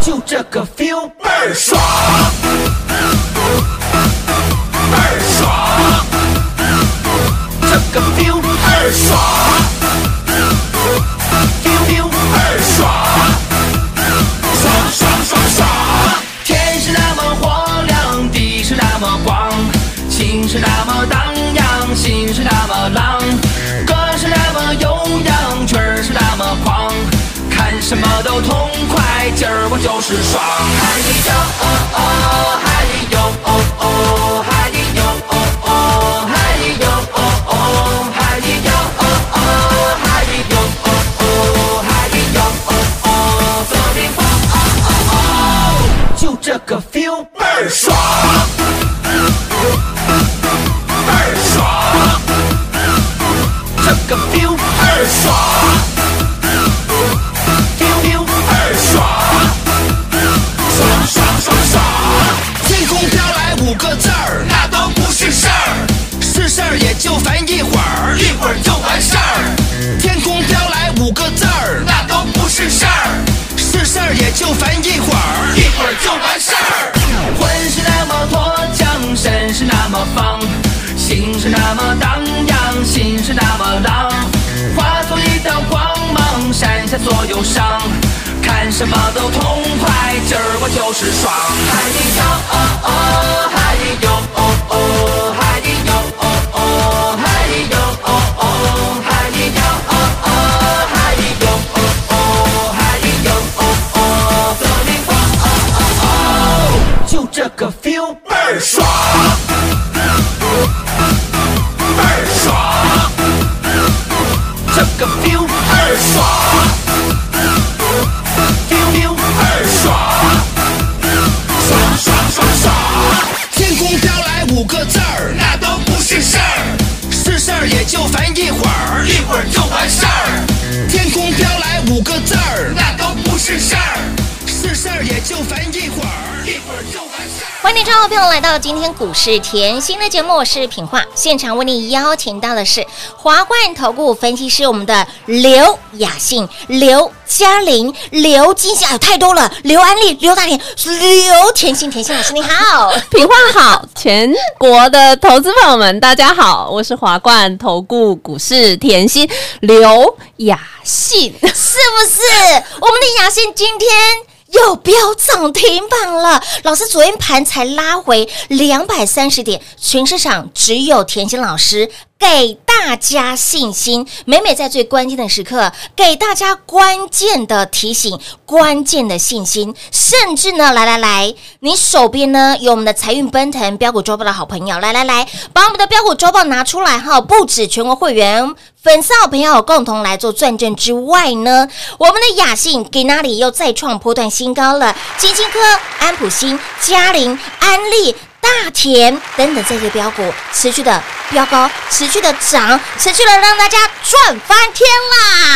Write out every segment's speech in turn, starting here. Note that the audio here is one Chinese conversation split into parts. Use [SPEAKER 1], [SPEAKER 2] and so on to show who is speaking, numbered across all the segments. [SPEAKER 1] 就这个 feel 倍儿爽，倍儿爽，这个 feel 倍儿爽，feel feel 倍儿爽，爽爽爽爽。天是那么荒凉，地是那么广，情是那么荡漾，心是那么浪，歌是那么悠扬，曲儿是那么狂，看什么都痛快，今儿我就是爽。嗨哟哦哦，嗨哟哦哦，嗨哟哦哦，嗨哟哦哦，嗨哟哦哦，嗨哟哦哦，嗨哟哦哦，走你吧。就这个 feel 倍儿爽，倍儿爽，这个 feel 倍儿爽，feel feel 倍儿爽，爽爽爽爽。天空飘来五个字儿，那都不是事儿，是事儿也就烦一会儿，一会儿就完事儿。天空飘来五个字儿，那都不是事儿。是事儿也就烦一会儿，一会儿就完事儿。魂是那么脱缰，身是那么放，心是那么荡漾，心是那么浪，化作一道光芒，闪下所有伤。看什么都痛快，今儿我就是爽。嗨哟哦哦，嗨哟哦哦，嗨哟哦哦，嗨哟哦哦，嗨哟哦哦，嗨哟哦哦，嗨哟哦哦，走你吧哦哦哦，就这个 feel 倍儿爽，倍儿爽，这个 feel 倍儿爽。丢丢二爽，爽爽爽爽！天空飘来五个字儿，那都不是事儿，是事儿也就烦一会儿，一会儿就完事儿。天空飘来五个字儿，那都不是事儿，是事儿也就烦一会儿，一会儿就完事儿。
[SPEAKER 2] 欢迎听众朋友来到今天股市甜心的节目，我是品化，现场为你邀请到的是华冠投顾分析师我们的刘雅信、刘嘉玲、刘金夏，有太多了，刘安利、刘大连、刘甜心、甜心老师你好，
[SPEAKER 3] 品话好，全国的投资朋友们，大家好，我是华冠投顾股市甜心刘雅信。
[SPEAKER 2] 是不是？我们的雅信今天又飙涨停板了。老师昨天盘才拉回两百三十点，全市场只有甜心老师给大家信心。每每在最关键的时刻，给大家关键的提醒、关键的信心，甚至呢，来来来，你手边呢有我们的财运奔腾标股周报的好朋友，来来来，把我们的标股周报拿出来哈，不止全国会员。粉丝好朋友共同来做转正之外呢，我们的雅信给那里又再创波段新高了。金星科、安普新、嘉陵、安利、大田等等这些标股持续的飙高，持续的涨，持续的让大家赚翻天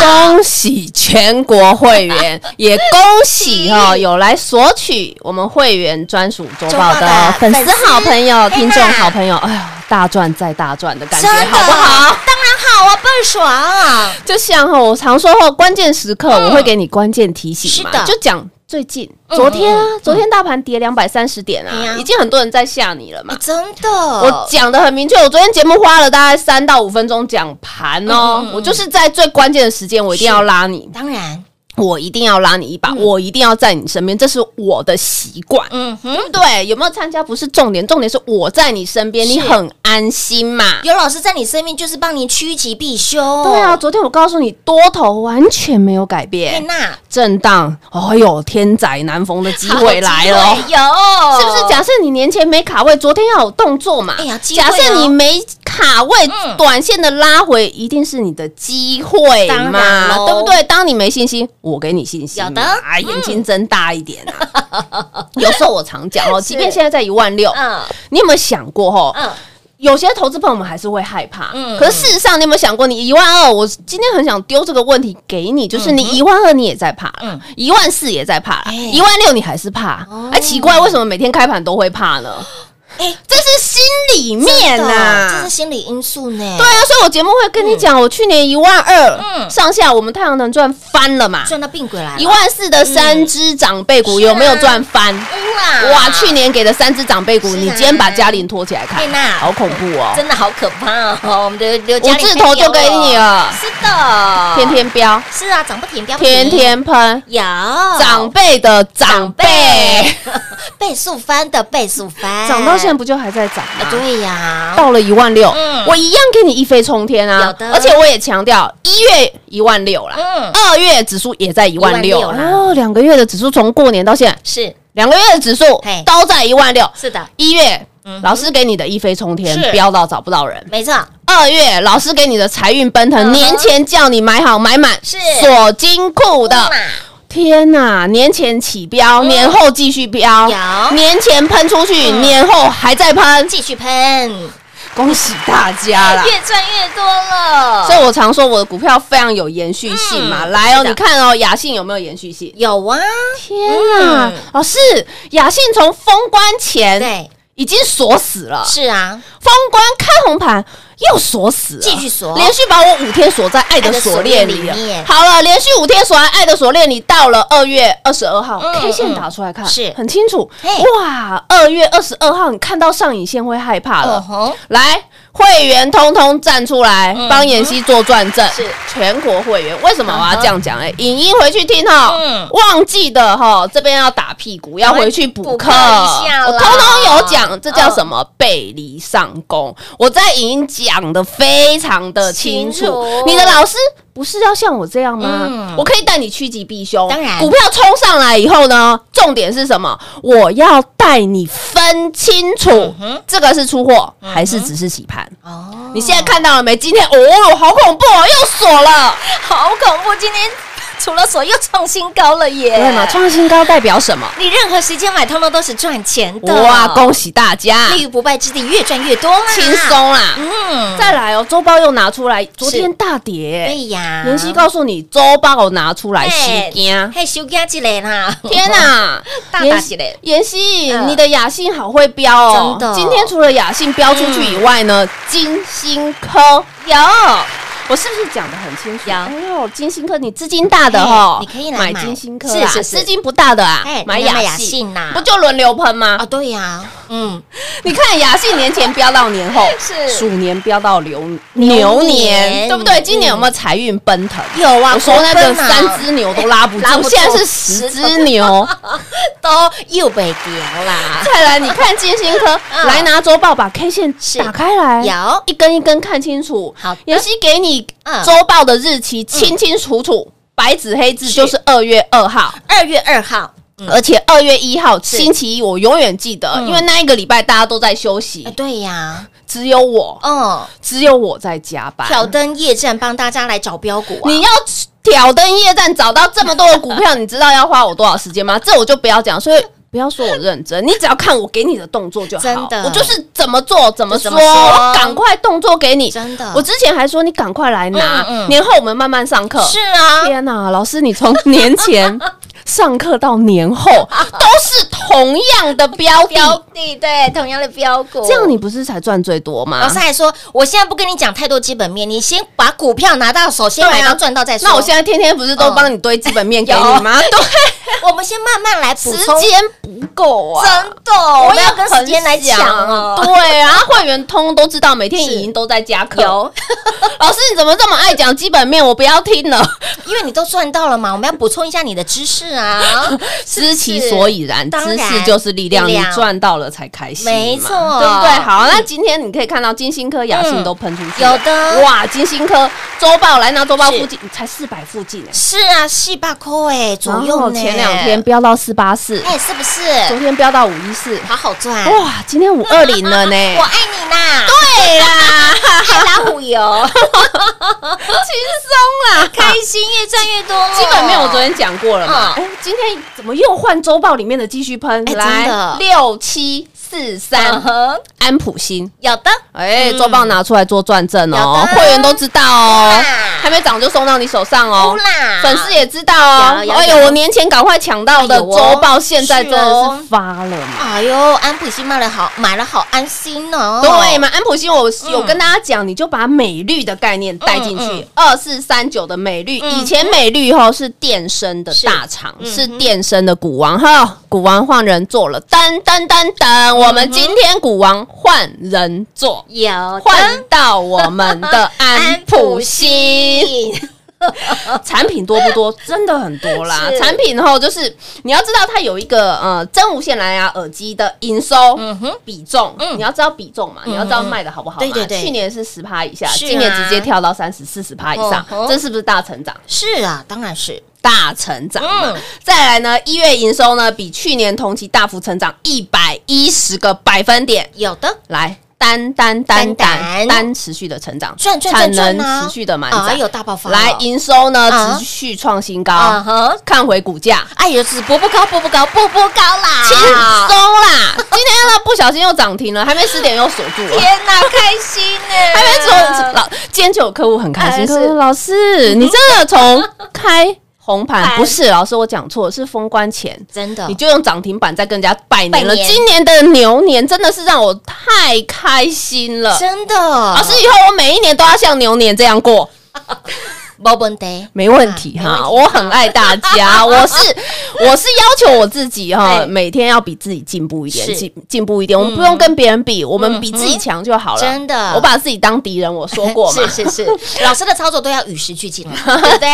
[SPEAKER 2] 啦！
[SPEAKER 3] 恭喜全国会员，也恭喜哦
[SPEAKER 2] 是
[SPEAKER 3] 有来索取我们会员专属周报
[SPEAKER 2] 周报的
[SPEAKER 3] 的粉
[SPEAKER 2] 粉丝
[SPEAKER 3] 丝好朋友、
[SPEAKER 2] 天
[SPEAKER 3] 听
[SPEAKER 2] 哪
[SPEAKER 3] 众好朋友，哎呀，大赚再大赚的感觉，
[SPEAKER 2] 真的
[SPEAKER 3] 好不好？？
[SPEAKER 2] 当然好啊，倍儿爽！啊
[SPEAKER 3] 就像哦，我常说哦，关键时刻我会给你关键提醒嘛，
[SPEAKER 2] 嗯是的
[SPEAKER 3] 就讲最近。
[SPEAKER 2] 嗯
[SPEAKER 3] 昨天啊
[SPEAKER 2] 嗯，
[SPEAKER 3] 昨天大盘跌两百三十点
[SPEAKER 2] 哎呀
[SPEAKER 3] 啊，已经很多人在吓你了嘛
[SPEAKER 2] 你。真的，
[SPEAKER 3] 啊我讲的很明确，我昨天节目花了大概三到五分钟讲盘哦
[SPEAKER 2] 嗯嗯嗯，
[SPEAKER 3] 我就是在最关键的时间，我一定要拉你。
[SPEAKER 2] 当然
[SPEAKER 3] 我一定要拉你一把，我一定要在你身边，这是我的习惯。
[SPEAKER 2] 嗯哼，
[SPEAKER 3] 对，有没有参加不是重点，重点是我在你身边，
[SPEAKER 2] 是
[SPEAKER 3] 你很安心嘛。
[SPEAKER 2] 有老师在你身边，就是帮你趋吉避凶。
[SPEAKER 3] 对啊，，昨天我告诉你，多头完全没有改
[SPEAKER 2] 瑞
[SPEAKER 3] 变，
[SPEAKER 2] 娜，
[SPEAKER 3] 震荡，哎呦，天载难逢的机会来
[SPEAKER 2] 好
[SPEAKER 3] 了
[SPEAKER 2] 机。会有
[SPEAKER 3] 是不是？假设你年前没卡位，昨天要有动作嘛？
[SPEAKER 2] 哦哎呀机会哦
[SPEAKER 3] 假设你没卡位，
[SPEAKER 2] 嗯
[SPEAKER 3] 短线的拉回一定是你的机会
[SPEAKER 2] 当然
[SPEAKER 3] 嘛，
[SPEAKER 2] 咯
[SPEAKER 3] 对不对？当你没信心，我给你信心嘛。
[SPEAKER 2] 有的嗯
[SPEAKER 3] 啊，眼睛睁大一点啊！有时候我常讲 哦，即便现在在一万六，
[SPEAKER 2] 嗯
[SPEAKER 3] 你有没有想过哦？
[SPEAKER 2] 嗯，
[SPEAKER 3] 有些投资朋友们还是会害怕，
[SPEAKER 2] 嗯
[SPEAKER 3] 可是事实上，你有没有想过，你一万二，我今天很想丢这个问题给你，就是你一万二你也在怕
[SPEAKER 2] 嗯
[SPEAKER 3] 了，一万四也在怕了，
[SPEAKER 2] 哎哦
[SPEAKER 3] 一万六你还是怕，哎，奇怪，为什么每天开盘都会怕呢？
[SPEAKER 2] 哎，
[SPEAKER 3] 这是心里面
[SPEAKER 2] 真的这
[SPEAKER 3] 呐
[SPEAKER 2] 是。心理因素呢。
[SPEAKER 3] 对，啊，所以我节目会跟你讲，我去年一万
[SPEAKER 2] 嗯
[SPEAKER 3] 二上下，我们太阳能赚翻了嘛，
[SPEAKER 2] 赚到病鬼来了，啊
[SPEAKER 3] 一万四的三只长辈股有没有赚翻？
[SPEAKER 2] 哇
[SPEAKER 3] 哇，去年给的三只长辈股，
[SPEAKER 2] 是啊
[SPEAKER 3] 你今天把嘉玲拖起来看
[SPEAKER 2] 哎那，
[SPEAKER 3] 好恐怖哦！
[SPEAKER 2] 真的好可怕哦！我们的刘
[SPEAKER 3] 五
[SPEAKER 2] 嘉玲
[SPEAKER 3] 字头就给你了，
[SPEAKER 2] 哦是的，
[SPEAKER 3] 天天飙，
[SPEAKER 2] 是啊，涨不停，标不
[SPEAKER 3] 天
[SPEAKER 2] 停
[SPEAKER 3] 天喷，
[SPEAKER 2] 有
[SPEAKER 3] 长辈的长辈，
[SPEAKER 2] 倍数翻的倍数翻，
[SPEAKER 3] 涨到现在不就还在涨
[SPEAKER 2] 啊
[SPEAKER 3] 吗？
[SPEAKER 2] 对呀，
[SPEAKER 3] 到了一万六
[SPEAKER 2] 嗯，
[SPEAKER 3] 我一样给你一飞冲天
[SPEAKER 2] 有
[SPEAKER 3] 啊
[SPEAKER 2] 的！
[SPEAKER 3] 而且我也强调，一月一万六啦，
[SPEAKER 2] 嗯
[SPEAKER 3] 二月指数也在一万六
[SPEAKER 2] 16,000啦
[SPEAKER 3] 哦，两个月的指数从过年到现在，
[SPEAKER 2] 是
[SPEAKER 3] 两个月的指数
[SPEAKER 2] 嘿
[SPEAKER 3] 都在一万六，
[SPEAKER 2] 是的，
[SPEAKER 3] 一月
[SPEAKER 2] 嗯哼。
[SPEAKER 3] 老师给你的一飞冲天
[SPEAKER 2] 是，
[SPEAKER 3] 飙到找不到人。
[SPEAKER 2] 没错，
[SPEAKER 3] 二月老师给你的财运奔
[SPEAKER 2] 嗯
[SPEAKER 3] 腾，年前叫你买好买满，
[SPEAKER 2] 是
[SPEAKER 3] 锁金库的
[SPEAKER 2] 嘛。
[SPEAKER 3] 天呐，年前起标，年后继续标，
[SPEAKER 2] 嗯有嗯
[SPEAKER 3] 年前喷出去，年后还 在喷，
[SPEAKER 2] 继续喷，
[SPEAKER 3] 恭喜大家啦！
[SPEAKER 2] 越赚越多了，
[SPEAKER 3] 所以我常说我的股票非常有延续性嘛。
[SPEAKER 2] 嗯
[SPEAKER 3] 来
[SPEAKER 2] 是
[SPEAKER 3] 哦，
[SPEAKER 2] 的
[SPEAKER 3] 你看哦，雅信有没有延续性？
[SPEAKER 2] 有啊，
[SPEAKER 3] 天呐，
[SPEAKER 2] 嗯
[SPEAKER 3] 老师，雅信从封关前
[SPEAKER 2] 对，
[SPEAKER 3] 已经锁死了，
[SPEAKER 2] 是啊，
[SPEAKER 3] 封关开红盘又锁死了，
[SPEAKER 2] 继续锁
[SPEAKER 3] 连续把我五天锁在爱的锁链里
[SPEAKER 2] 爱的锁链里面
[SPEAKER 3] 了。好了，连续五天锁在爱的锁链里，到了二月二十二号、
[SPEAKER 2] 嗯
[SPEAKER 3] K 线打出来看，
[SPEAKER 2] 是
[SPEAKER 3] 很清楚
[SPEAKER 2] 嘿。
[SPEAKER 3] 哇，二月二十二号你看到上影线会害怕了。
[SPEAKER 2] 哦吼，
[SPEAKER 3] 来，会员通通站出来
[SPEAKER 2] 嗯
[SPEAKER 3] 帮妍希做转正，
[SPEAKER 2] 是
[SPEAKER 3] 全国会员。为什么我要这样讲？哎，影音回去听
[SPEAKER 2] 嗯
[SPEAKER 3] 哦，忘记的哈，这边要打屁股，要回去补
[SPEAKER 2] 补课
[SPEAKER 3] 课。
[SPEAKER 2] 一下啦
[SPEAKER 3] 我通通有讲，这叫什么？背离上攻。我在影音讲的非常的
[SPEAKER 2] 清
[SPEAKER 3] 清
[SPEAKER 2] 楚
[SPEAKER 3] 楚，你的老师。不是要像我这样吗
[SPEAKER 2] 嗯？
[SPEAKER 3] 我可以带你趋吉避凶。
[SPEAKER 2] 当然
[SPEAKER 3] 股票冲上来以后呢，重点是什么？我要带你分清楚
[SPEAKER 2] 嗯哼，
[SPEAKER 3] 这个是出货还是只是洗盘？
[SPEAKER 2] 哦，
[SPEAKER 3] 你现在看到了没？今天哦，好恐怖哦，又锁了，
[SPEAKER 2] 好恐怖，今天除了锁又创新高了耶，
[SPEAKER 3] 对吗？创新高代表什么？
[SPEAKER 2] 你任何时间买，通通都是赚钱的，
[SPEAKER 3] 哇，恭喜大家，
[SPEAKER 2] 立于不败之地，越赚越多啦，
[SPEAKER 3] 轻，松啦！
[SPEAKER 2] 嗯，
[SPEAKER 3] 再来哦，周报又拿出来，昨天大跌，
[SPEAKER 2] 对哎呀，
[SPEAKER 3] 妍希告诉你，周报拿出来啊洗惊。
[SPEAKER 2] 嘿，休假起来啦，，
[SPEAKER 3] 天啊呐
[SPEAKER 2] 大打起来
[SPEAKER 3] 妍希，
[SPEAKER 2] 嗯
[SPEAKER 3] 你的雅信好会标哦！
[SPEAKER 2] 真的
[SPEAKER 3] 今天除了雅信标出去以外呢，金星科有。嗯我是不是讲的很清楚？
[SPEAKER 2] 有
[SPEAKER 3] 哎呦，金星科你资金大的哦，
[SPEAKER 2] 哎你可以来买
[SPEAKER 3] 买金星科
[SPEAKER 2] 是
[SPEAKER 3] 啦，
[SPEAKER 2] 是是
[SPEAKER 3] 资金不大的啊
[SPEAKER 2] 哎，
[SPEAKER 3] 买
[SPEAKER 2] 你要买
[SPEAKER 3] 雅啊哦
[SPEAKER 2] 雅信
[SPEAKER 3] 信
[SPEAKER 2] 呐
[SPEAKER 3] 不就轮流喷吗
[SPEAKER 2] 啊，？对呀，嗯，
[SPEAKER 3] 你看雅信年前飙到 年后，
[SPEAKER 2] 是
[SPEAKER 3] 鼠年飙到牛
[SPEAKER 2] 牛年
[SPEAKER 3] 牛年，对不对？
[SPEAKER 2] 嗯
[SPEAKER 3] 今年有没有财运奔腾？
[SPEAKER 2] 有啊，
[SPEAKER 3] 我说那
[SPEAKER 2] 狂
[SPEAKER 3] 个
[SPEAKER 2] 奔啊
[SPEAKER 3] 三只牛都 拉不
[SPEAKER 2] 拉不
[SPEAKER 3] 住，
[SPEAKER 2] 住
[SPEAKER 3] 现在是十只牛。
[SPEAKER 2] 都又被跌啦，
[SPEAKER 3] 再来，你看金星科
[SPEAKER 2] 嗯
[SPEAKER 3] 来拿周报，把 K 线
[SPEAKER 2] 是
[SPEAKER 3] 打开来，
[SPEAKER 2] 有
[SPEAKER 3] 一根一根看清楚。
[SPEAKER 2] 好的
[SPEAKER 3] 妍希给你
[SPEAKER 2] 嗯
[SPEAKER 3] 周报的日期清清楚楚，白纸黑字就是二月二号。
[SPEAKER 2] 二月二号，嗯，
[SPEAKER 3] 而且二月一号
[SPEAKER 2] 是
[SPEAKER 3] 星期一，我永远记得，
[SPEAKER 2] 嗯
[SPEAKER 3] 因为那一个礼拜大家都在休息
[SPEAKER 2] 哎，对呀，
[SPEAKER 3] 只有我，
[SPEAKER 2] 嗯，
[SPEAKER 3] 只有我在加班。
[SPEAKER 2] 挑灯夜战帮大家来找标股啊，
[SPEAKER 3] 你要挑灯夜战找到这么多的股票，你知道要花我多少时间 吗？这我就不要讲，所以不要说我认真，你只要看我给你的动作就好。
[SPEAKER 2] 真的
[SPEAKER 3] 我就是怎么做怎么
[SPEAKER 2] 就怎
[SPEAKER 3] 说，
[SPEAKER 2] 么说
[SPEAKER 3] 我赶快动作给你。
[SPEAKER 2] 真的
[SPEAKER 3] 我之前还说你赶快来拿
[SPEAKER 2] 嗯嗯，
[SPEAKER 3] 年后我们慢慢上课。
[SPEAKER 2] 是啊，
[SPEAKER 3] 天哪，老师，你从年前 上课到年 后都是同样的标
[SPEAKER 2] 标
[SPEAKER 3] 的，
[SPEAKER 2] 的对，同样的啊标股，
[SPEAKER 3] 这样你不是才赚最多
[SPEAKER 2] 老
[SPEAKER 3] 吗
[SPEAKER 2] 师？还哦说，我现在不跟你讲太多基本面，你先把股票拿到手，啊先买到赚到再说。
[SPEAKER 3] 那我现在天天不是都
[SPEAKER 2] 嗯
[SPEAKER 3] 帮你堆基本面给你吗？ 对，
[SPEAKER 2] 我们先慢慢来补
[SPEAKER 3] 时
[SPEAKER 2] 充，
[SPEAKER 3] 间不够啊，
[SPEAKER 2] 真的，我
[SPEAKER 3] 也
[SPEAKER 2] 要跟时
[SPEAKER 3] 很
[SPEAKER 2] 间来抢
[SPEAKER 3] 想
[SPEAKER 2] 哦。
[SPEAKER 3] 对啊，会员通都知道，每天已经都在加课。 老师，你怎么这么爱讲基本面？我不要听了。
[SPEAKER 2] 因为你都赚到了嘛，我们要补充一下你的知识 啊。
[SPEAKER 3] 知其所以然，
[SPEAKER 2] 当然
[SPEAKER 3] 知识就是力量，
[SPEAKER 2] 力
[SPEAKER 3] 你
[SPEAKER 2] 量
[SPEAKER 3] 赚到了才开心嘛，
[SPEAKER 2] 没错
[SPEAKER 3] 对不对？好，那今天你可以看到金星科、雅信
[SPEAKER 2] 嗯
[SPEAKER 3] 都喷出去了，
[SPEAKER 2] 有的
[SPEAKER 3] 哇，金星科周报来拿周报
[SPEAKER 2] 是
[SPEAKER 3] 附近才四百附近哎，
[SPEAKER 2] 是啊，细八块哎，左
[SPEAKER 3] 然
[SPEAKER 2] 右
[SPEAKER 3] 后
[SPEAKER 2] 呢。
[SPEAKER 3] 前两天飙到四八四，
[SPEAKER 2] 哎，是不是
[SPEAKER 3] 昨天飙到五一四，
[SPEAKER 2] 好好赚？
[SPEAKER 3] 哇，今天五二零了呢，
[SPEAKER 2] 我爱你呐！对啊啦，还打虎 油，
[SPEAKER 3] 轻松啦，
[SPEAKER 2] 开心越赚越多。
[SPEAKER 3] 基本面我昨天讲过了嘛，
[SPEAKER 2] 嗯
[SPEAKER 3] 哎，今天怎么又换周报里面的继续喷？
[SPEAKER 2] 哎真
[SPEAKER 3] 来
[SPEAKER 2] 的
[SPEAKER 3] 六七四
[SPEAKER 2] 嗯
[SPEAKER 3] 三，
[SPEAKER 2] 哼
[SPEAKER 3] 安普新。
[SPEAKER 2] 有的
[SPEAKER 3] 哎，
[SPEAKER 2] 嗯
[SPEAKER 3] 周报拿出来做转正哦，
[SPEAKER 2] 有的
[SPEAKER 3] 会员都知道哦
[SPEAKER 2] 哇，
[SPEAKER 3] 还没涨就送到你手上哦
[SPEAKER 2] 乌，啦，
[SPEAKER 3] 粉丝也知道哦。
[SPEAKER 2] 有有
[SPEAKER 3] 哎呦，
[SPEAKER 2] 有
[SPEAKER 3] 我年前赶快抢到的
[SPEAKER 2] 哎有哦
[SPEAKER 3] 周报，现在
[SPEAKER 2] 是
[SPEAKER 3] 真
[SPEAKER 2] 哦
[SPEAKER 3] 的是发了嘛？
[SPEAKER 2] 哎呦，安普新卖了好，买了好安心哦。
[SPEAKER 3] 对？嘛？安普新我
[SPEAKER 2] 嗯
[SPEAKER 3] 有跟大家讲，你就把美绿的概念带进
[SPEAKER 2] 嗯
[SPEAKER 3] 去
[SPEAKER 2] 嗯，
[SPEAKER 3] 二四三九的美绿，
[SPEAKER 2] 嗯
[SPEAKER 3] 以前美绿吼是电声的大厂，
[SPEAKER 2] 是嗯
[SPEAKER 3] 是电声的股王哈，股王换人做了，噔噔噔噔，我们今天股王换人做。
[SPEAKER 2] 有
[SPEAKER 3] 换到我们的安
[SPEAKER 2] 安
[SPEAKER 3] 普
[SPEAKER 2] 普
[SPEAKER 3] 新
[SPEAKER 2] 的，
[SPEAKER 3] 产品多不多？ 真的很多啦
[SPEAKER 2] 是。
[SPEAKER 3] 产品后就是你要知道它有一个呃真无线蓝牙耳机的营收，
[SPEAKER 2] 嗯哼，
[SPEAKER 3] 比重，
[SPEAKER 2] 嗯
[SPEAKER 3] 你要知道比重嘛，
[SPEAKER 2] 嗯
[SPEAKER 3] 你要知道卖的好不好嘛。
[SPEAKER 2] 对对对
[SPEAKER 3] 去年是十趴以下，
[SPEAKER 2] 是啊
[SPEAKER 3] 今年直接跳到三十、四十趴以上
[SPEAKER 2] 哦吼，
[SPEAKER 3] 这是不是大成长？
[SPEAKER 2] 是啊，当然是，
[SPEAKER 3] 大成长嘛。
[SPEAKER 2] 嗯
[SPEAKER 3] 再来呢，一月营收呢比去年同期大幅成长一百一十个百分点，
[SPEAKER 2] 有的
[SPEAKER 3] 来。单单单
[SPEAKER 2] 单
[SPEAKER 3] 单
[SPEAKER 2] 单
[SPEAKER 3] 单持续的成长，
[SPEAKER 2] 赚赚
[SPEAKER 3] 产
[SPEAKER 2] 赚赚啊
[SPEAKER 3] 能持续的满
[SPEAKER 2] 啊，
[SPEAKER 3] 载，
[SPEAKER 2] 有大爆发了，
[SPEAKER 3] 来营收呢
[SPEAKER 2] 啊
[SPEAKER 3] 持续创新
[SPEAKER 2] 啊
[SPEAKER 3] 高，
[SPEAKER 2] 哈，
[SPEAKER 3] 看回股价，
[SPEAKER 2] 哎呦，只步步高，步步高，步步高啦，
[SPEAKER 3] 轻松啦！今天呢不小心又涨停了，还没十点又锁住了。
[SPEAKER 2] 天哪，开心呢，
[SPEAKER 3] 还没从老，今天就有客户很开
[SPEAKER 2] 哎
[SPEAKER 3] 心，
[SPEAKER 2] 是
[SPEAKER 3] 客户说老师，你真的从开红盘
[SPEAKER 2] 盘
[SPEAKER 3] 不是老师，我讲错，是封关前。
[SPEAKER 2] 真的
[SPEAKER 3] 你，就用涨停板再跟人家拜年
[SPEAKER 2] 拜
[SPEAKER 3] 了。
[SPEAKER 2] 年
[SPEAKER 3] 今年的牛年真的是让我太开心了。
[SPEAKER 2] 真的，
[SPEAKER 3] 老
[SPEAKER 2] 老
[SPEAKER 3] 师，以后我每一年都要像牛年这样过，
[SPEAKER 2] 没问题，
[SPEAKER 3] 没问题
[SPEAKER 2] 啊没
[SPEAKER 3] 哈。
[SPEAKER 2] 问
[SPEAKER 3] 我很爱大 家，我是我是要求我自己哈
[SPEAKER 2] 哎，
[SPEAKER 3] 每天要比自己进步一点，
[SPEAKER 2] 是
[SPEAKER 3] 进进步一点。我们不用跟别人比，我们比自己强就好了。
[SPEAKER 2] 真的
[SPEAKER 3] 我把自己当敌人，我说过 嘛
[SPEAKER 2] 是。是是，老师的操作都要与时俱进啊， 对不对？，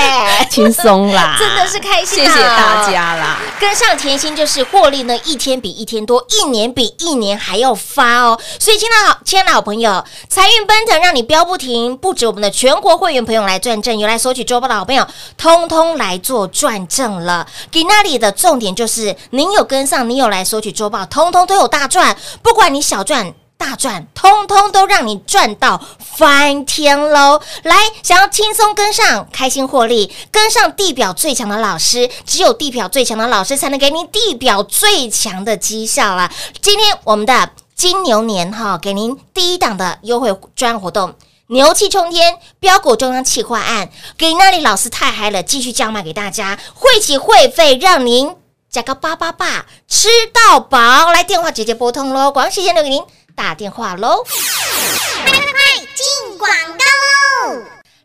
[SPEAKER 3] 轻松啦
[SPEAKER 2] 真的是开心
[SPEAKER 3] 谢
[SPEAKER 2] 啊
[SPEAKER 3] 谢大家啦。
[SPEAKER 2] 跟上甜心就是获利呢，一天比一天多，一年比一年还要发哦。所以，亲爱的好，亲爱的好朋友，财运奔腾，让你飙不停。不止我们的全国会员朋友来转正，有来索取周报的好朋友，通通来做转正了。给那里的重点就是，您有跟上，您有来索取周报，通通都有大赚，不管你小赚。大赚，通通都让你赚到翻天喽！来，想要轻松跟上，开心获利，跟上地表最强的老师，只有地表最强的老师才能给你地表最强的绩效啦。今天我们的金牛年哈，给您第一档的优惠专案活动。牛气冲天，标股中央企划案，给那里老师太嗨了，继续加码给大家，汇起会费让您加个八八八，吃到饱！来电话直接拨通喽，广告时间留给您打电话喽。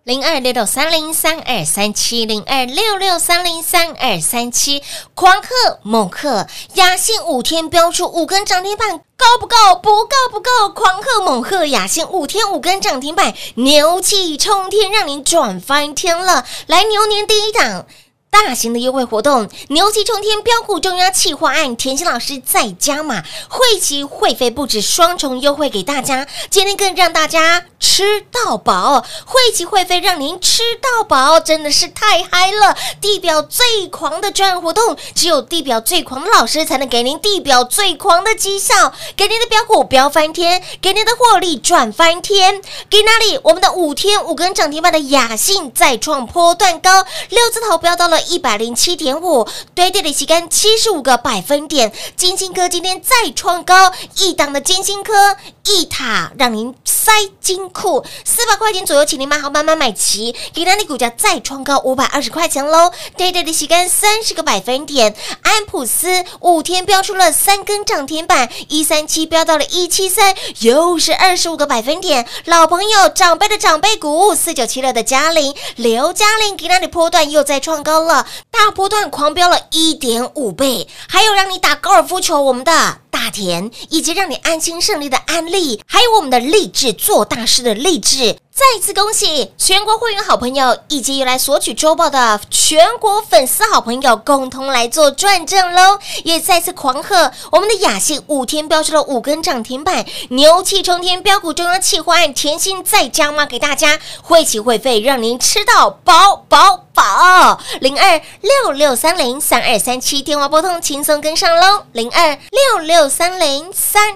[SPEAKER 2] 零二六六三零三二三七零二六六三零三二三七，狂客猛客，雅信五天飙出五根涨停板，够不够？不够不够！狂客猛客，雅信五天五根涨停板，牛气冲天，让您赚翻天了！来牛年第一档。大型的优惠活动，牛气冲天标股中央企划案，甜心老师再加码，汇集会费不止双重优惠给大家，今天更让大家吃到饱，汇集会费让您吃到饱，真的是太嗨了！地表最狂的专案活动，只有地表最狂的老师才能给您地表最狂的绩效，给您的标股飙翻天，给您的获利赚翻天，给哪里？我们的五天五根涨停板的雅信再创波段高，六字头飙到了。了一百零七点五，堆叠的旗杆七十五个百分点。金星科今天再创高，一档的金星科一塔让您塞金库，四百块钱左右，请您买好慢慢买齐。给它的股价再创高五百二十块钱喽，堆叠的旗杆三十个百分点。安普斯五天标出了三根涨停板，一三七飙到了一七三，又是二十五个百分点。老朋友，长辈的长辈股四九七六的嘉玲，刘嘉玲给那里波段又再创高了，大波段狂飙了一点五倍。还有让你打高尔夫球，我们的。大田，以及让你安心胜利的安利，还有我们的励志做大事的励志。再次恭喜全国会员好朋友以及有来索取周报的全国粉丝好朋友，共同来做转正喽！也再次狂贺我们的雅信五天标出了五根涨停板，牛气冲天，标股中央企划案甜心再加码给大家，会期会费让您吃到饱饱饱！零二六六三零三二三七电话拨通，轻松跟上喽！零二六六三零三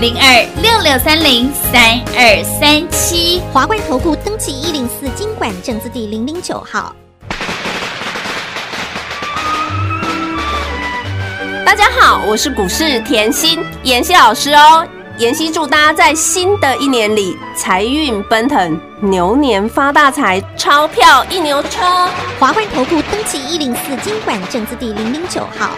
[SPEAKER 4] 零二六六三零三二三七。
[SPEAKER 5] 华冠投顾登记一零四经管证字第零零九号，
[SPEAKER 3] 大家好，我是股市甜心妍希老师哦。妍希祝大家在新的一年里财运奔腾，牛年发大财，钞票一牛车。
[SPEAKER 5] 华冠投顾登记一零四经管证字第零零九号，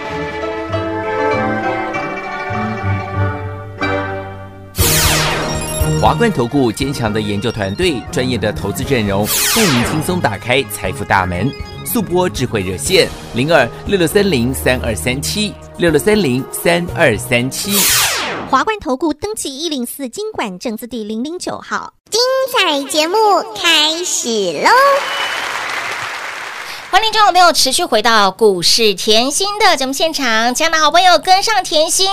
[SPEAKER 6] 华冠投顾坚强的研究团队，专业的投资阵容，带您轻松打开财富大门。速播智慧热线零二六六三零三二三七六六三零三二三七。
[SPEAKER 5] 华冠投顾登记一零四经管证字第零零九号，
[SPEAKER 7] 彩节目开始喽！
[SPEAKER 2] 欢迎听众朋友持续回到股市甜心的节目现场，亲爱的好朋友跟上甜心，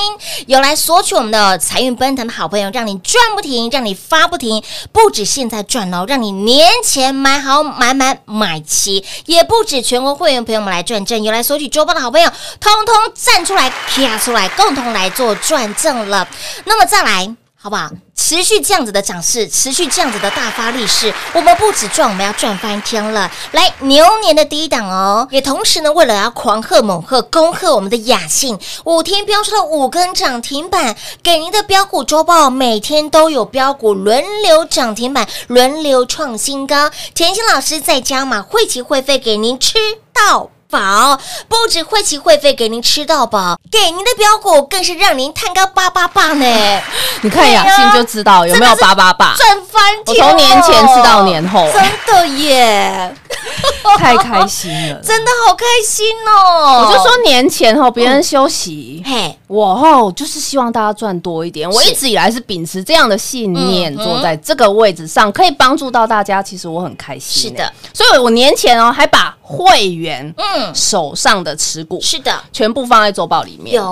[SPEAKER 2] 有来索取我们的财运奔腾的好朋友，让你赚不停，让你发不停，不止现在赚哦，让你年前买好买买买齐，也不止全国会员朋友们来赚正，有来索取周报的好朋友，通通站出来，啪出来，共同来做转正了。那么再来。好不好？持续这样子的涨势，持续这样子的大发利市，我们不止赚，我们要赚翻天了！来，牛年的第一档哦，也同时呢，为了要狂贺猛贺、恭贺我们的雅信，五天飙出了五根涨停板，给您的标股周报每天都有标股轮流涨停板，轮流创新高。甜心老师在加码会期会费给您吃到饱，不止会期会费给您吃到饱，给您的标股更是让您探高八八八呢。
[SPEAKER 3] 你看雅
[SPEAKER 2] 对
[SPEAKER 3] 信
[SPEAKER 2] 啊
[SPEAKER 3] 就知道有没有
[SPEAKER 2] 真的
[SPEAKER 3] 八
[SPEAKER 2] 是
[SPEAKER 3] 八八，
[SPEAKER 2] 赚翻
[SPEAKER 3] 啊我
[SPEAKER 2] 天、哦
[SPEAKER 3] 从年前吃到年后，
[SPEAKER 2] 真的耶，
[SPEAKER 3] 太开心 了。
[SPEAKER 2] 真的好开心哦！
[SPEAKER 3] 我就说年前后别人休息。
[SPEAKER 2] 嘿，
[SPEAKER 3] 哦我吼就是希望大家赚多一点。我一直以来是秉持这样的信念，
[SPEAKER 2] 嗯
[SPEAKER 3] 坐在这个位置上可以帮助到大家，其实我很开心。欸
[SPEAKER 2] 是的，
[SPEAKER 3] 所以我年前哦还把会员
[SPEAKER 2] 嗯，
[SPEAKER 3] 手上的持股
[SPEAKER 2] 是的，
[SPEAKER 3] 全部放在周报里面。
[SPEAKER 2] 有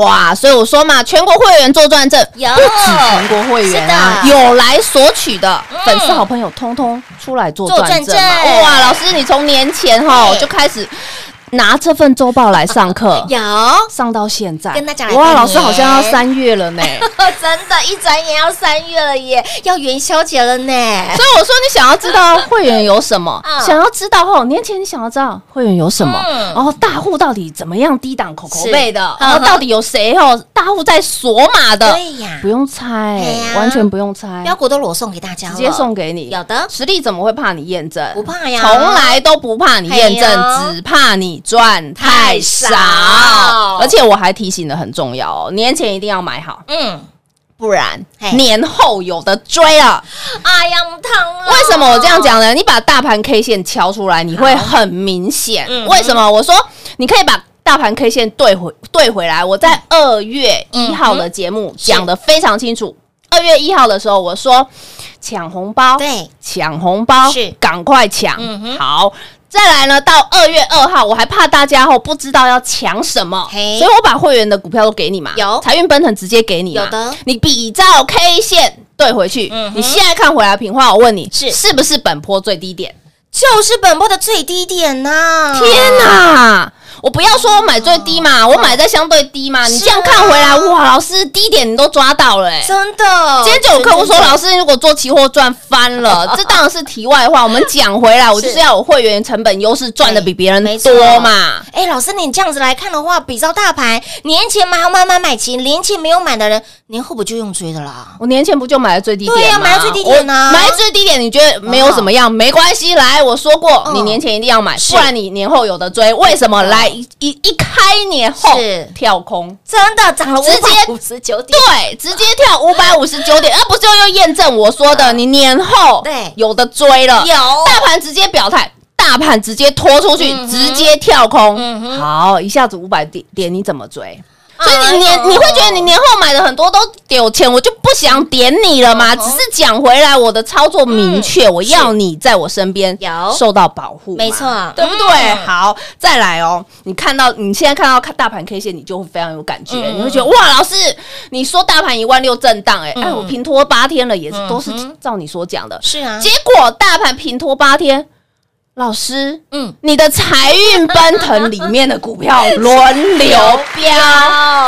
[SPEAKER 3] 哇，所以我说嘛，全国会员做转正，
[SPEAKER 2] 有
[SPEAKER 3] 不止全国会员啊，
[SPEAKER 2] 是的嗯
[SPEAKER 3] 有来索取的粉丝好朋友，通通出来做啊转
[SPEAKER 2] 做
[SPEAKER 3] 正
[SPEAKER 2] 转
[SPEAKER 3] 嘛。
[SPEAKER 2] 正
[SPEAKER 3] 哇，老师，你从年前吼
[SPEAKER 2] 对
[SPEAKER 3] 就开始拿这份周报来上课。
[SPEAKER 2] 有，
[SPEAKER 3] 上到现在，
[SPEAKER 2] 跟大家来拜
[SPEAKER 3] 哇，
[SPEAKER 2] 年
[SPEAKER 3] 老师好像要三 月了呢，所
[SPEAKER 2] 真的，一转眼要三月了耶，要元宵节了呢。
[SPEAKER 3] 以我说你想要知道会员有什么
[SPEAKER 2] 嗯，
[SPEAKER 3] 想要知道后年前你想要知道会员有什么，
[SPEAKER 2] 嗯
[SPEAKER 3] 然后大户到底怎么样低档口口
[SPEAKER 2] 是
[SPEAKER 3] 碑的，
[SPEAKER 2] 嗯
[SPEAKER 3] 然后到底有谁哦，大户在锁码的，
[SPEAKER 2] 对呀
[SPEAKER 3] 不，用猜
[SPEAKER 2] 对呀，
[SPEAKER 3] 完全不用猜，
[SPEAKER 2] 标股都裸送给大家了，
[SPEAKER 3] 直接送给你。
[SPEAKER 2] 有的
[SPEAKER 3] 实力怎么会怕你验证？
[SPEAKER 2] 不怕呀
[SPEAKER 3] 从来都不怕你验
[SPEAKER 2] 哎呀
[SPEAKER 3] 证，只怕你赚太少
[SPEAKER 2] 太少。
[SPEAKER 3] 而且我还提醒的很重要哦，年前一定要买好，
[SPEAKER 2] 嗯，
[SPEAKER 3] 不然
[SPEAKER 2] 嘿
[SPEAKER 3] 年后有的追了。
[SPEAKER 2] 哎呀，母汤了。
[SPEAKER 3] 为什么我这样？讲呢？你把大盘 K 线敲出来，你会很明显
[SPEAKER 2] 嗯。
[SPEAKER 3] 为什么？我说你可以把大盘 K 线对回对回来，我在二月
[SPEAKER 8] 嗯
[SPEAKER 3] 一号的节目讲的非常清楚。二月一号的时候，我说抢红包，
[SPEAKER 8] 对，
[SPEAKER 3] 抢红包
[SPEAKER 8] 是
[SPEAKER 3] 赶快抢。
[SPEAKER 8] 嗯哼
[SPEAKER 3] 好，再来呢，到二月二号，我还怕大家后不知道要抢什么，
[SPEAKER 8] 嘿
[SPEAKER 3] 所以我把会员的股票都给你嘛，
[SPEAKER 8] 有
[SPEAKER 3] 财运奔腾直接给你嘛，
[SPEAKER 8] 有的
[SPEAKER 3] 你比照 K 线对回去，
[SPEAKER 8] 嗯哼
[SPEAKER 3] 你现在看回来平话，我问你
[SPEAKER 8] 是
[SPEAKER 3] 是不是本坡最低点？
[SPEAKER 8] 就是本波的最低点呐、
[SPEAKER 3] 天哪！我不要说我买最低
[SPEAKER 8] 嗯
[SPEAKER 3] 嘛，我买在相对低嘛。你这
[SPEAKER 8] 啊
[SPEAKER 3] 样看回来，哇，老师低点你都抓到了、欸。
[SPEAKER 8] 真哦的，
[SPEAKER 3] 今天就有客户说，老
[SPEAKER 8] 师
[SPEAKER 3] 师如果做期货赚翻了， 这当然是题外话。我们讲回来，我就是要有会员成本优势赚的比别人多嘛。
[SPEAKER 8] 哎、老师，你这样子来看的话，比照大盘，年前买买买买齐，年前没有买的人，年后不就用追的啊啦？
[SPEAKER 3] 我年前不就买了最低点吗？
[SPEAKER 8] 对呀买了最低点啊
[SPEAKER 3] 我买了最低点，你觉得没有怎么样？没关系，来，我说过，
[SPEAKER 8] 嗯
[SPEAKER 3] 你年前一定要买，
[SPEAKER 8] 是嗯
[SPEAKER 3] 不然你年后有的追。为什么？来一一一开年后
[SPEAKER 8] 是
[SPEAKER 3] 跳空，
[SPEAKER 8] 真的涨了
[SPEAKER 3] 直接
[SPEAKER 8] 五十九点，
[SPEAKER 3] 对，直接跳五百五十九点，而不就又验证我说的，你年后
[SPEAKER 8] 嗯对
[SPEAKER 3] 有的追了，
[SPEAKER 8] 有
[SPEAKER 3] 大盘直接表态。大盘直接拖出去，直接跳空，
[SPEAKER 8] 嗯哼
[SPEAKER 3] 好，一下子五百点点，你怎么追？所以
[SPEAKER 8] 哎
[SPEAKER 3] 你年
[SPEAKER 8] 呦
[SPEAKER 3] 你会觉得你年后买的很多都丢钱，我就不想点你了
[SPEAKER 8] 嗯
[SPEAKER 3] 嘛。只是讲回来，我的操作明确，我要你在我身边
[SPEAKER 8] 有
[SPEAKER 3] 受到保护嘛，
[SPEAKER 8] 没错嗯
[SPEAKER 3] 对不对？好，再来哦，你看到你现在看到看大盘 K 线，你就会非常有感觉，
[SPEAKER 8] 嗯
[SPEAKER 3] 你会觉得哇，老师，你说大盘一万六震荡，哎，
[SPEAKER 8] 嗯
[SPEAKER 3] 哎，我平拖八天了，也是都是照你所讲的，
[SPEAKER 8] 是啊，
[SPEAKER 3] 结果大盘平拖八天，老师，
[SPEAKER 8] 嗯
[SPEAKER 3] 嗯，你的财运奔腾里面的股票轮流飙，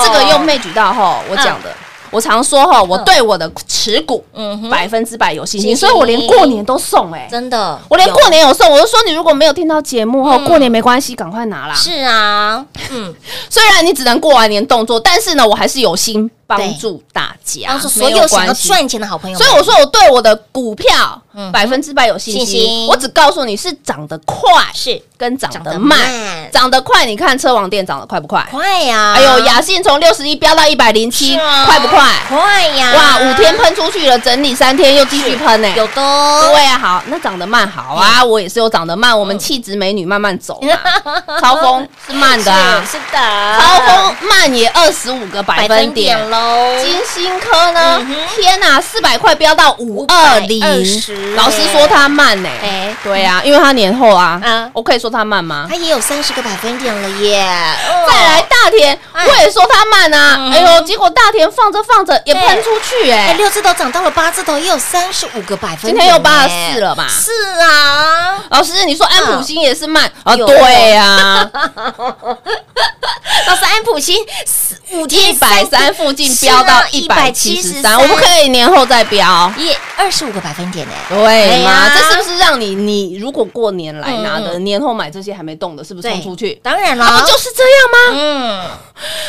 [SPEAKER 3] 这个又没举到吼，我讲的。我常说吼，我对我的持股
[SPEAKER 8] 嗯哼
[SPEAKER 3] 百分之百有信心，
[SPEAKER 8] 信心
[SPEAKER 3] 所以我连过年都送哎，
[SPEAKER 8] 真的，
[SPEAKER 3] 我连
[SPEAKER 8] 有
[SPEAKER 3] 过年有送，我就说你如果没有听到节目后，
[SPEAKER 8] 嗯
[SPEAKER 3] 过年没关系，赶快拿啦。
[SPEAKER 8] 是啊，嗯，
[SPEAKER 3] 虽然你只能过完年动作，但是呢，我还是有心
[SPEAKER 8] 对
[SPEAKER 3] 帮助大家
[SPEAKER 8] 当，做所
[SPEAKER 3] 没有
[SPEAKER 8] 有想要
[SPEAKER 3] 关系
[SPEAKER 8] 赚钱的好朋友们，
[SPEAKER 3] 所以我说我对我的股票
[SPEAKER 8] 嗯
[SPEAKER 3] 百分之百有信心，
[SPEAKER 8] 信心
[SPEAKER 3] 我只告诉你是涨得快
[SPEAKER 8] 是
[SPEAKER 3] 跟涨
[SPEAKER 8] 长
[SPEAKER 3] 得
[SPEAKER 8] 得
[SPEAKER 3] 慢。
[SPEAKER 8] 慢，
[SPEAKER 3] 涨得快，你看车王店涨得快不快？
[SPEAKER 8] 快呀，
[SPEAKER 3] 哎呦，雅信从六十一飙到一百零七，
[SPEAKER 8] 是啊
[SPEAKER 3] 快不快？
[SPEAKER 8] 快呀，
[SPEAKER 3] 哇，五天喷出去了，整理三天又继续喷呢、
[SPEAKER 8] 有嗯的哦，
[SPEAKER 3] 对啊，好，那涨得慢好啊，我也是有涨得慢，我
[SPEAKER 8] 嗯
[SPEAKER 3] 们气质美女慢慢走 嘛，超风是慢的啊，
[SPEAKER 8] 是是的，
[SPEAKER 3] 超风慢也二十五个百
[SPEAKER 8] 百
[SPEAKER 3] 分
[SPEAKER 8] 分
[SPEAKER 3] 点
[SPEAKER 8] 点喽，
[SPEAKER 3] 金星科呢？
[SPEAKER 8] 嗯哼
[SPEAKER 3] 天哪、四百块飙到五二零
[SPEAKER 8] 520，
[SPEAKER 3] 老师说它慢呢、
[SPEAKER 8] 哎
[SPEAKER 3] 对啊，因为它年后啊，
[SPEAKER 8] 啊
[SPEAKER 3] 我可以说它慢吗
[SPEAKER 8] 它？也有三十个百分点了耶，
[SPEAKER 3] 再来大田，
[SPEAKER 8] 哎
[SPEAKER 3] 我也说它慢啊，
[SPEAKER 8] 嗯
[SPEAKER 3] 哎呦，结果大田放着放着也
[SPEAKER 8] 对
[SPEAKER 3] 喷出去哎、
[SPEAKER 8] 哎，六字头涨到了八字头，也有三十五个百分
[SPEAKER 3] 今
[SPEAKER 8] 点呢，
[SPEAKER 3] 天又八十四了吧？
[SPEAKER 8] 是啊，
[SPEAKER 3] 老师，你说安普星也是慢啊？
[SPEAKER 8] 有
[SPEAKER 3] 对 呀、啊，
[SPEAKER 8] 老师安普新五
[SPEAKER 3] 一
[SPEAKER 8] 天
[SPEAKER 3] 百三附近飙到一百七十三，我
[SPEAKER 8] 不
[SPEAKER 3] 们可以年后再飙。
[SPEAKER 8] 以也二十五个百分点呢，
[SPEAKER 3] 对嘛？
[SPEAKER 8] 哎呀
[SPEAKER 3] 这是不是让你你如果过年来拿的，
[SPEAKER 8] 嗯
[SPEAKER 3] 年后买这些还没动的，是不是
[SPEAKER 8] 对
[SPEAKER 3] 冲出去？
[SPEAKER 8] 当然
[SPEAKER 3] 啊，
[SPEAKER 8] 了
[SPEAKER 3] 不，就是这样吗？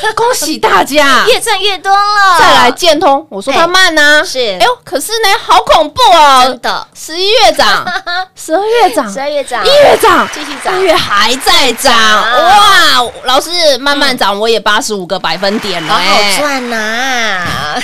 [SPEAKER 8] 嗯，
[SPEAKER 3] 恭喜大 家！
[SPEAKER 8] 越赚越多了，
[SPEAKER 3] 再来建通，我说它慢呐，
[SPEAKER 8] 是
[SPEAKER 3] 哎呦，可是呢，好恐怖哦
[SPEAKER 8] 真！的，
[SPEAKER 3] 十一月涨，
[SPEAKER 4] 哦
[SPEAKER 3] 十二月 涨，
[SPEAKER 8] 十二月涨
[SPEAKER 3] 一，月涨，
[SPEAKER 8] 继续涨啊
[SPEAKER 3] 三月还在涨，哇！老师慢慢涨，我也八十五个百分点了，
[SPEAKER 8] 嗯好好
[SPEAKER 3] 哎，
[SPEAKER 8] 赚呐，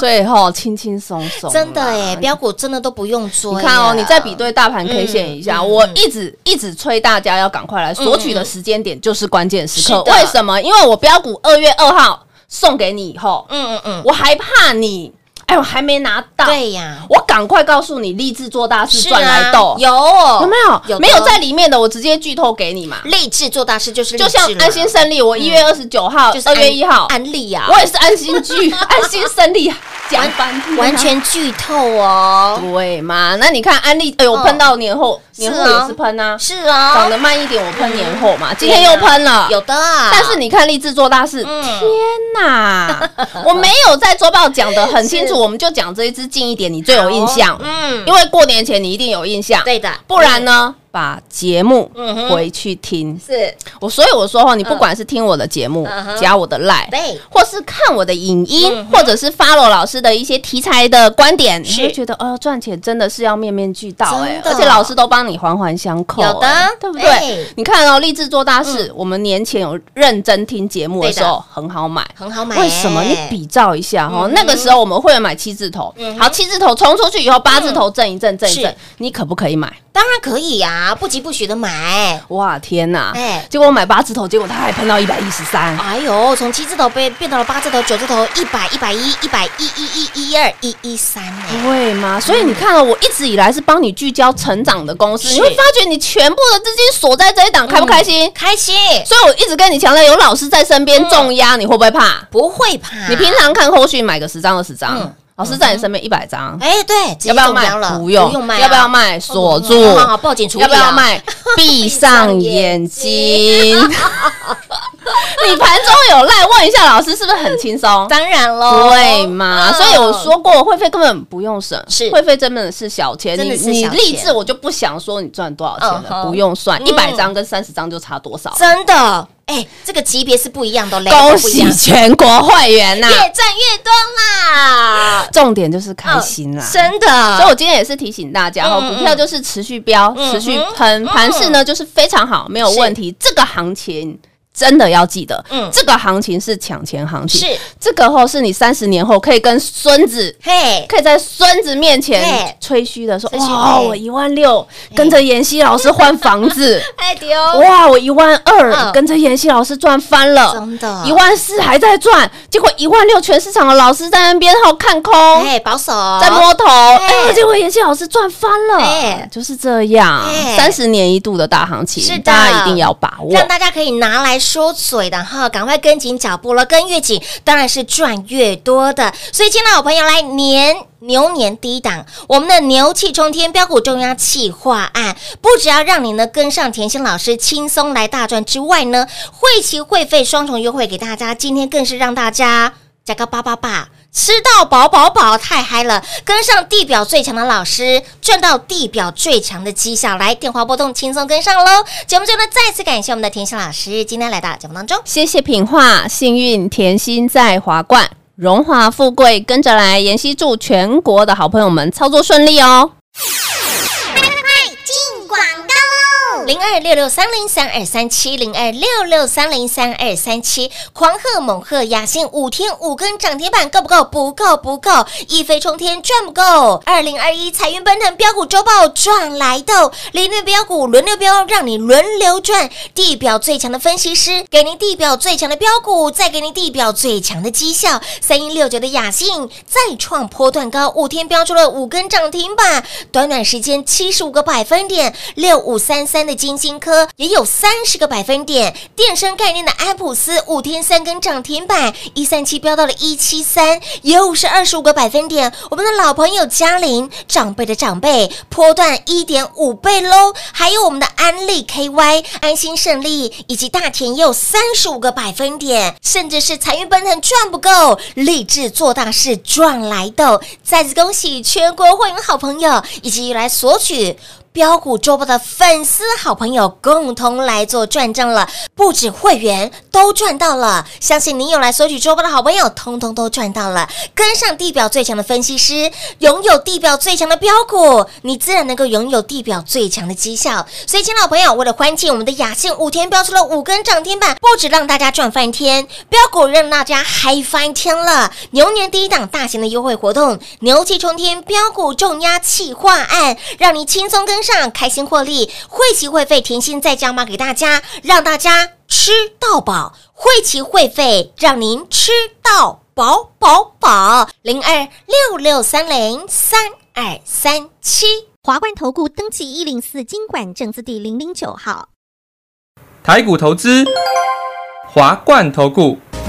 [SPEAKER 3] 所以吼，轻轻松松， 啊
[SPEAKER 8] 真的哎，。标股真的都不用追，
[SPEAKER 3] 你看哦，你再比。对大盘 K 线一下，
[SPEAKER 8] 啊嗯
[SPEAKER 3] 我一直一直催大家要赶快来索取的时间点就是关键时刻。
[SPEAKER 8] 是的
[SPEAKER 3] 为什么？因为我标股二月二号送给你以后，
[SPEAKER 8] 嗯嗯嗯，
[SPEAKER 3] 我还怕你，哎，我还没拿到，
[SPEAKER 8] 对呀，
[SPEAKER 3] 我赶快告诉你，立志做大事，
[SPEAKER 8] 是啊
[SPEAKER 3] 赚来豆，
[SPEAKER 8] 有
[SPEAKER 3] 有
[SPEAKER 8] 有
[SPEAKER 3] 没有？
[SPEAKER 8] 的
[SPEAKER 3] 没有在里面的，我直接剧透给你嘛。
[SPEAKER 8] 励志做大事就是励
[SPEAKER 3] 就像
[SPEAKER 8] 志啦
[SPEAKER 3] 安心胜利，我一月二十九号
[SPEAKER 8] 就、是
[SPEAKER 3] 二
[SPEAKER 8] 安
[SPEAKER 3] 月一号，
[SPEAKER 8] 安利呀，
[SPEAKER 3] 我也是安心 剧、安心胜利讲半天啊
[SPEAKER 8] 完全剧透 哦，
[SPEAKER 3] 对嘛？那你看安利，哎呦，
[SPEAKER 8] 嗯
[SPEAKER 3] 喷到年后，
[SPEAKER 8] 是啊
[SPEAKER 3] 年后也是喷啊，
[SPEAKER 8] 是啊，
[SPEAKER 3] 涨得慢一点，我喷年后嘛，今天又喷了。
[SPEAKER 8] 有的啊，
[SPEAKER 3] 但是你看立志做大事，
[SPEAKER 8] 嗯
[SPEAKER 3] 天 哪！我没有在周报讲的很清楚，我们就讲这一支近一点，你最有印象，
[SPEAKER 8] 嗯，
[SPEAKER 3] 因为过年前你一定有印象，
[SPEAKER 8] 对的，
[SPEAKER 3] 不然呢，把节目
[SPEAKER 8] 嗯哼
[SPEAKER 3] 回去听。
[SPEAKER 8] 是
[SPEAKER 3] 我所以我说哈，你不管是听我的节目
[SPEAKER 8] 嗯哼，
[SPEAKER 3] 加我的 line，
[SPEAKER 8] 对
[SPEAKER 3] 或是看我的影音
[SPEAKER 8] 嗯，
[SPEAKER 3] 或者是 follow 老师的一些题材的观点，你
[SPEAKER 8] 是
[SPEAKER 3] 会觉得哦，赚钱真的是要面面俱到哎
[SPEAKER 8] 真，的
[SPEAKER 3] 而且老师都帮你环环相扣，
[SPEAKER 8] 有的
[SPEAKER 3] 哎对不
[SPEAKER 8] 哎嗯
[SPEAKER 3] 对？你看哦，立志做大事，我们年前有认真听节目的时候，很好买。
[SPEAKER 8] 很好买欸，
[SPEAKER 3] 为什么？你比照一下哈
[SPEAKER 8] 嗯，哼
[SPEAKER 3] 那个时候我们会买七字头
[SPEAKER 8] 嗯，哼
[SPEAKER 3] 好，七字头冲出去以后，八字头震一震，震一震
[SPEAKER 8] 是，
[SPEAKER 3] 你可不可以买？
[SPEAKER 8] 当然可以呀、不急不徐的买。
[SPEAKER 3] 哇天哪！
[SPEAKER 8] 哎
[SPEAKER 3] 结果我买八字头，结果它还喷到一百一十三，
[SPEAKER 8] 哎呦，从七字头变变到了八字头、九字头，一百、一百一、一百一、一一、一二、一一三呢。
[SPEAKER 3] 对
[SPEAKER 8] 嗯
[SPEAKER 3] 吗？所以你看了，哦我一直以来是帮你聚焦成长的公司，
[SPEAKER 8] 是嗯
[SPEAKER 3] 你会发觉你全部的资金锁在这一档，开不开心？
[SPEAKER 8] 开心，
[SPEAKER 3] 所以我一直跟你强调，有老师在身
[SPEAKER 8] 嗯
[SPEAKER 3] 边重压，你会不会怕？
[SPEAKER 8] 不会怕。
[SPEAKER 3] 你平常看后续买个十张二十张
[SPEAKER 8] 啊嗯，
[SPEAKER 3] 老师在你身边一百张，
[SPEAKER 8] 哎，对，直
[SPEAKER 3] 要
[SPEAKER 8] 接
[SPEAKER 3] 不要
[SPEAKER 8] 中
[SPEAKER 3] 卖
[SPEAKER 8] 标？了，
[SPEAKER 3] 不用，
[SPEAKER 8] 卖啊，
[SPEAKER 3] 要不要卖？锁住，
[SPEAKER 8] 好好报警处理
[SPEAKER 3] 要
[SPEAKER 8] 啊
[SPEAKER 3] 不要 卖？闭上眼睛。你盘中有赖，问一下老师是不是很轻松？
[SPEAKER 8] 当然喽，
[SPEAKER 3] 对嘛？
[SPEAKER 8] 嗯
[SPEAKER 3] 所以我说过，会费根本不用省，
[SPEAKER 8] 是
[SPEAKER 3] 会费真的是小钱。
[SPEAKER 8] 真
[SPEAKER 3] 你
[SPEAKER 8] 的是
[SPEAKER 3] 你
[SPEAKER 8] 小钱
[SPEAKER 3] 励志，我就不想说你赚多少钱
[SPEAKER 8] 嗯
[SPEAKER 3] 了，
[SPEAKER 8] 哼
[SPEAKER 3] 不用算，
[SPEAKER 8] 嗯
[SPEAKER 3] 一百张跟三十张就差多少。
[SPEAKER 8] 真的，哎，这个级别是不一样的嘞，
[SPEAKER 3] 恭
[SPEAKER 8] 不一样
[SPEAKER 3] 喜全国会员呐！
[SPEAKER 8] 越赚越多啦，
[SPEAKER 3] 重点就是开心啦。
[SPEAKER 8] 真
[SPEAKER 3] 所以，
[SPEAKER 8] 的，
[SPEAKER 3] 我今天也是提醒大家哦，
[SPEAKER 8] 啊嗯嗯
[SPEAKER 3] 股票就是持续飙、
[SPEAKER 8] 嗯
[SPEAKER 3] 持续喷，盘势呢就是非常好，没有问题。这个行情真的要记得，
[SPEAKER 8] 嗯
[SPEAKER 3] 这个行情是抢钱行情，
[SPEAKER 8] 是
[SPEAKER 3] 这个后是你三十年后可以跟孙子。
[SPEAKER 8] 嘿，
[SPEAKER 3] 可以在孙子面前
[SPEAKER 8] 对
[SPEAKER 3] 吹嘘的说：“
[SPEAKER 8] 吹嘘
[SPEAKER 3] 哇，
[SPEAKER 8] 哎
[SPEAKER 3] 我一万六跟着妍希老师换房 子，
[SPEAKER 8] 哎丢，
[SPEAKER 3] 哇，我一万二
[SPEAKER 8] 嗯
[SPEAKER 3] 跟着妍希老师赚翻了，
[SPEAKER 8] 真的
[SPEAKER 3] 一万四还在赚，结果一万六全市场的老师在那边好看空，
[SPEAKER 8] 哎，保守，
[SPEAKER 3] 在摸头，哎、
[SPEAKER 8] 哎
[SPEAKER 3] 结果妍希老师赚翻了，
[SPEAKER 8] 哎
[SPEAKER 3] 就是这样，三
[SPEAKER 8] 哎
[SPEAKER 3] 十年一度的大行情，
[SPEAKER 8] 是的
[SPEAKER 3] 大家一定要把握。
[SPEAKER 8] 让大家可以拿来说嘴的哈，赶快跟紧脚步了，跟越紧当然是赚越多的。所以，亲爱的好朋友，来年牛年第一档，我们的牛气冲天标股中央企划案，不只要让你呢跟上甜心老师轻松来大赚之外呢，会期会费双重优惠给大家，今天更是让大家加个八八八。吃到饱饱饱，太嗨了！跟上地表最强的老师，赚到地表最强的绩效。来，电话拨动，轻松跟上喽！节目中呢，再次感谢我们的甜心老师今天来到节目当中。
[SPEAKER 3] 谢谢品画，幸运甜心在华冠，荣华富贵跟着来。妍希祝全国的好朋友们操作顺利哦。
[SPEAKER 9] 进广告喽！
[SPEAKER 8] 零二六六三零三二三七零二六六三零三二三七，狂贺猛贺，雅兴五天五根涨停板够不够？不够，不够，一飞冲天赚不够。二零二一财运奔腾标股周报赚来的，零六标股轮流标，让你轮流赚。地表最强的分析师，给您地表最强的标股，再给您地表最强的绩效。三一六九的雅兴再创波段高，五天标出了五根涨停板，短短时间七十五个百分点。六五三三的金星科也有三十个百分点，电商概念的安普斯五天三根涨停板，一三七飙到了一七三，又是二十五个百分点。我们的老朋友嘉玲，长辈的长辈，波段一点五倍喽。还有我们的安利 KY、安心胜利以及大田也有三十五个百分点，甚至是财运奔腾赚不够，立志做大事赚来的。再次恭喜全国会员好朋友以及来索取。标股周报的粉丝好朋友共同来做转正了，不止会员都赚到了，相信你有来索取周报的好朋友，通通都赚到了。跟上地表最强的分析师，拥有地表最强的标股，你自然能够拥有地表最强的绩效。所以，亲爱的朋友，为了欢庆我们的 雅信五天标出了五根涨停板，不止让大家赚翻天，标股让大家嗨翻天了。牛年第一档大型的优惠活动，牛气冲天标股重压企划案，让你轻松跟上，开心获利。会期会费甜心再加码给大家，让大家吃到饱。会期会费让您吃到饱饱饱。零二六六三零三二三七。
[SPEAKER 2] 华冠投顾登记一零四经管证字第零零九号，
[SPEAKER 10] 台股投资，华冠投顾，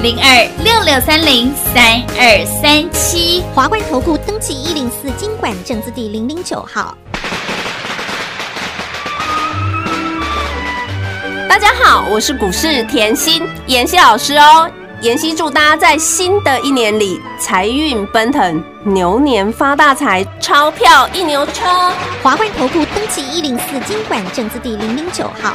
[SPEAKER 4] 零二六六三零三二三七。
[SPEAKER 2] 华冠投顾登记一零四经管证字第零零九号，
[SPEAKER 11] 大家好，我是股市甜心妍希老师哦。
[SPEAKER 3] 妍希祝大家在新的一年里财运奔腾，牛年发大财，钞票一牛车。
[SPEAKER 2] 华冠投顾登记一零四经管证字第零零九号。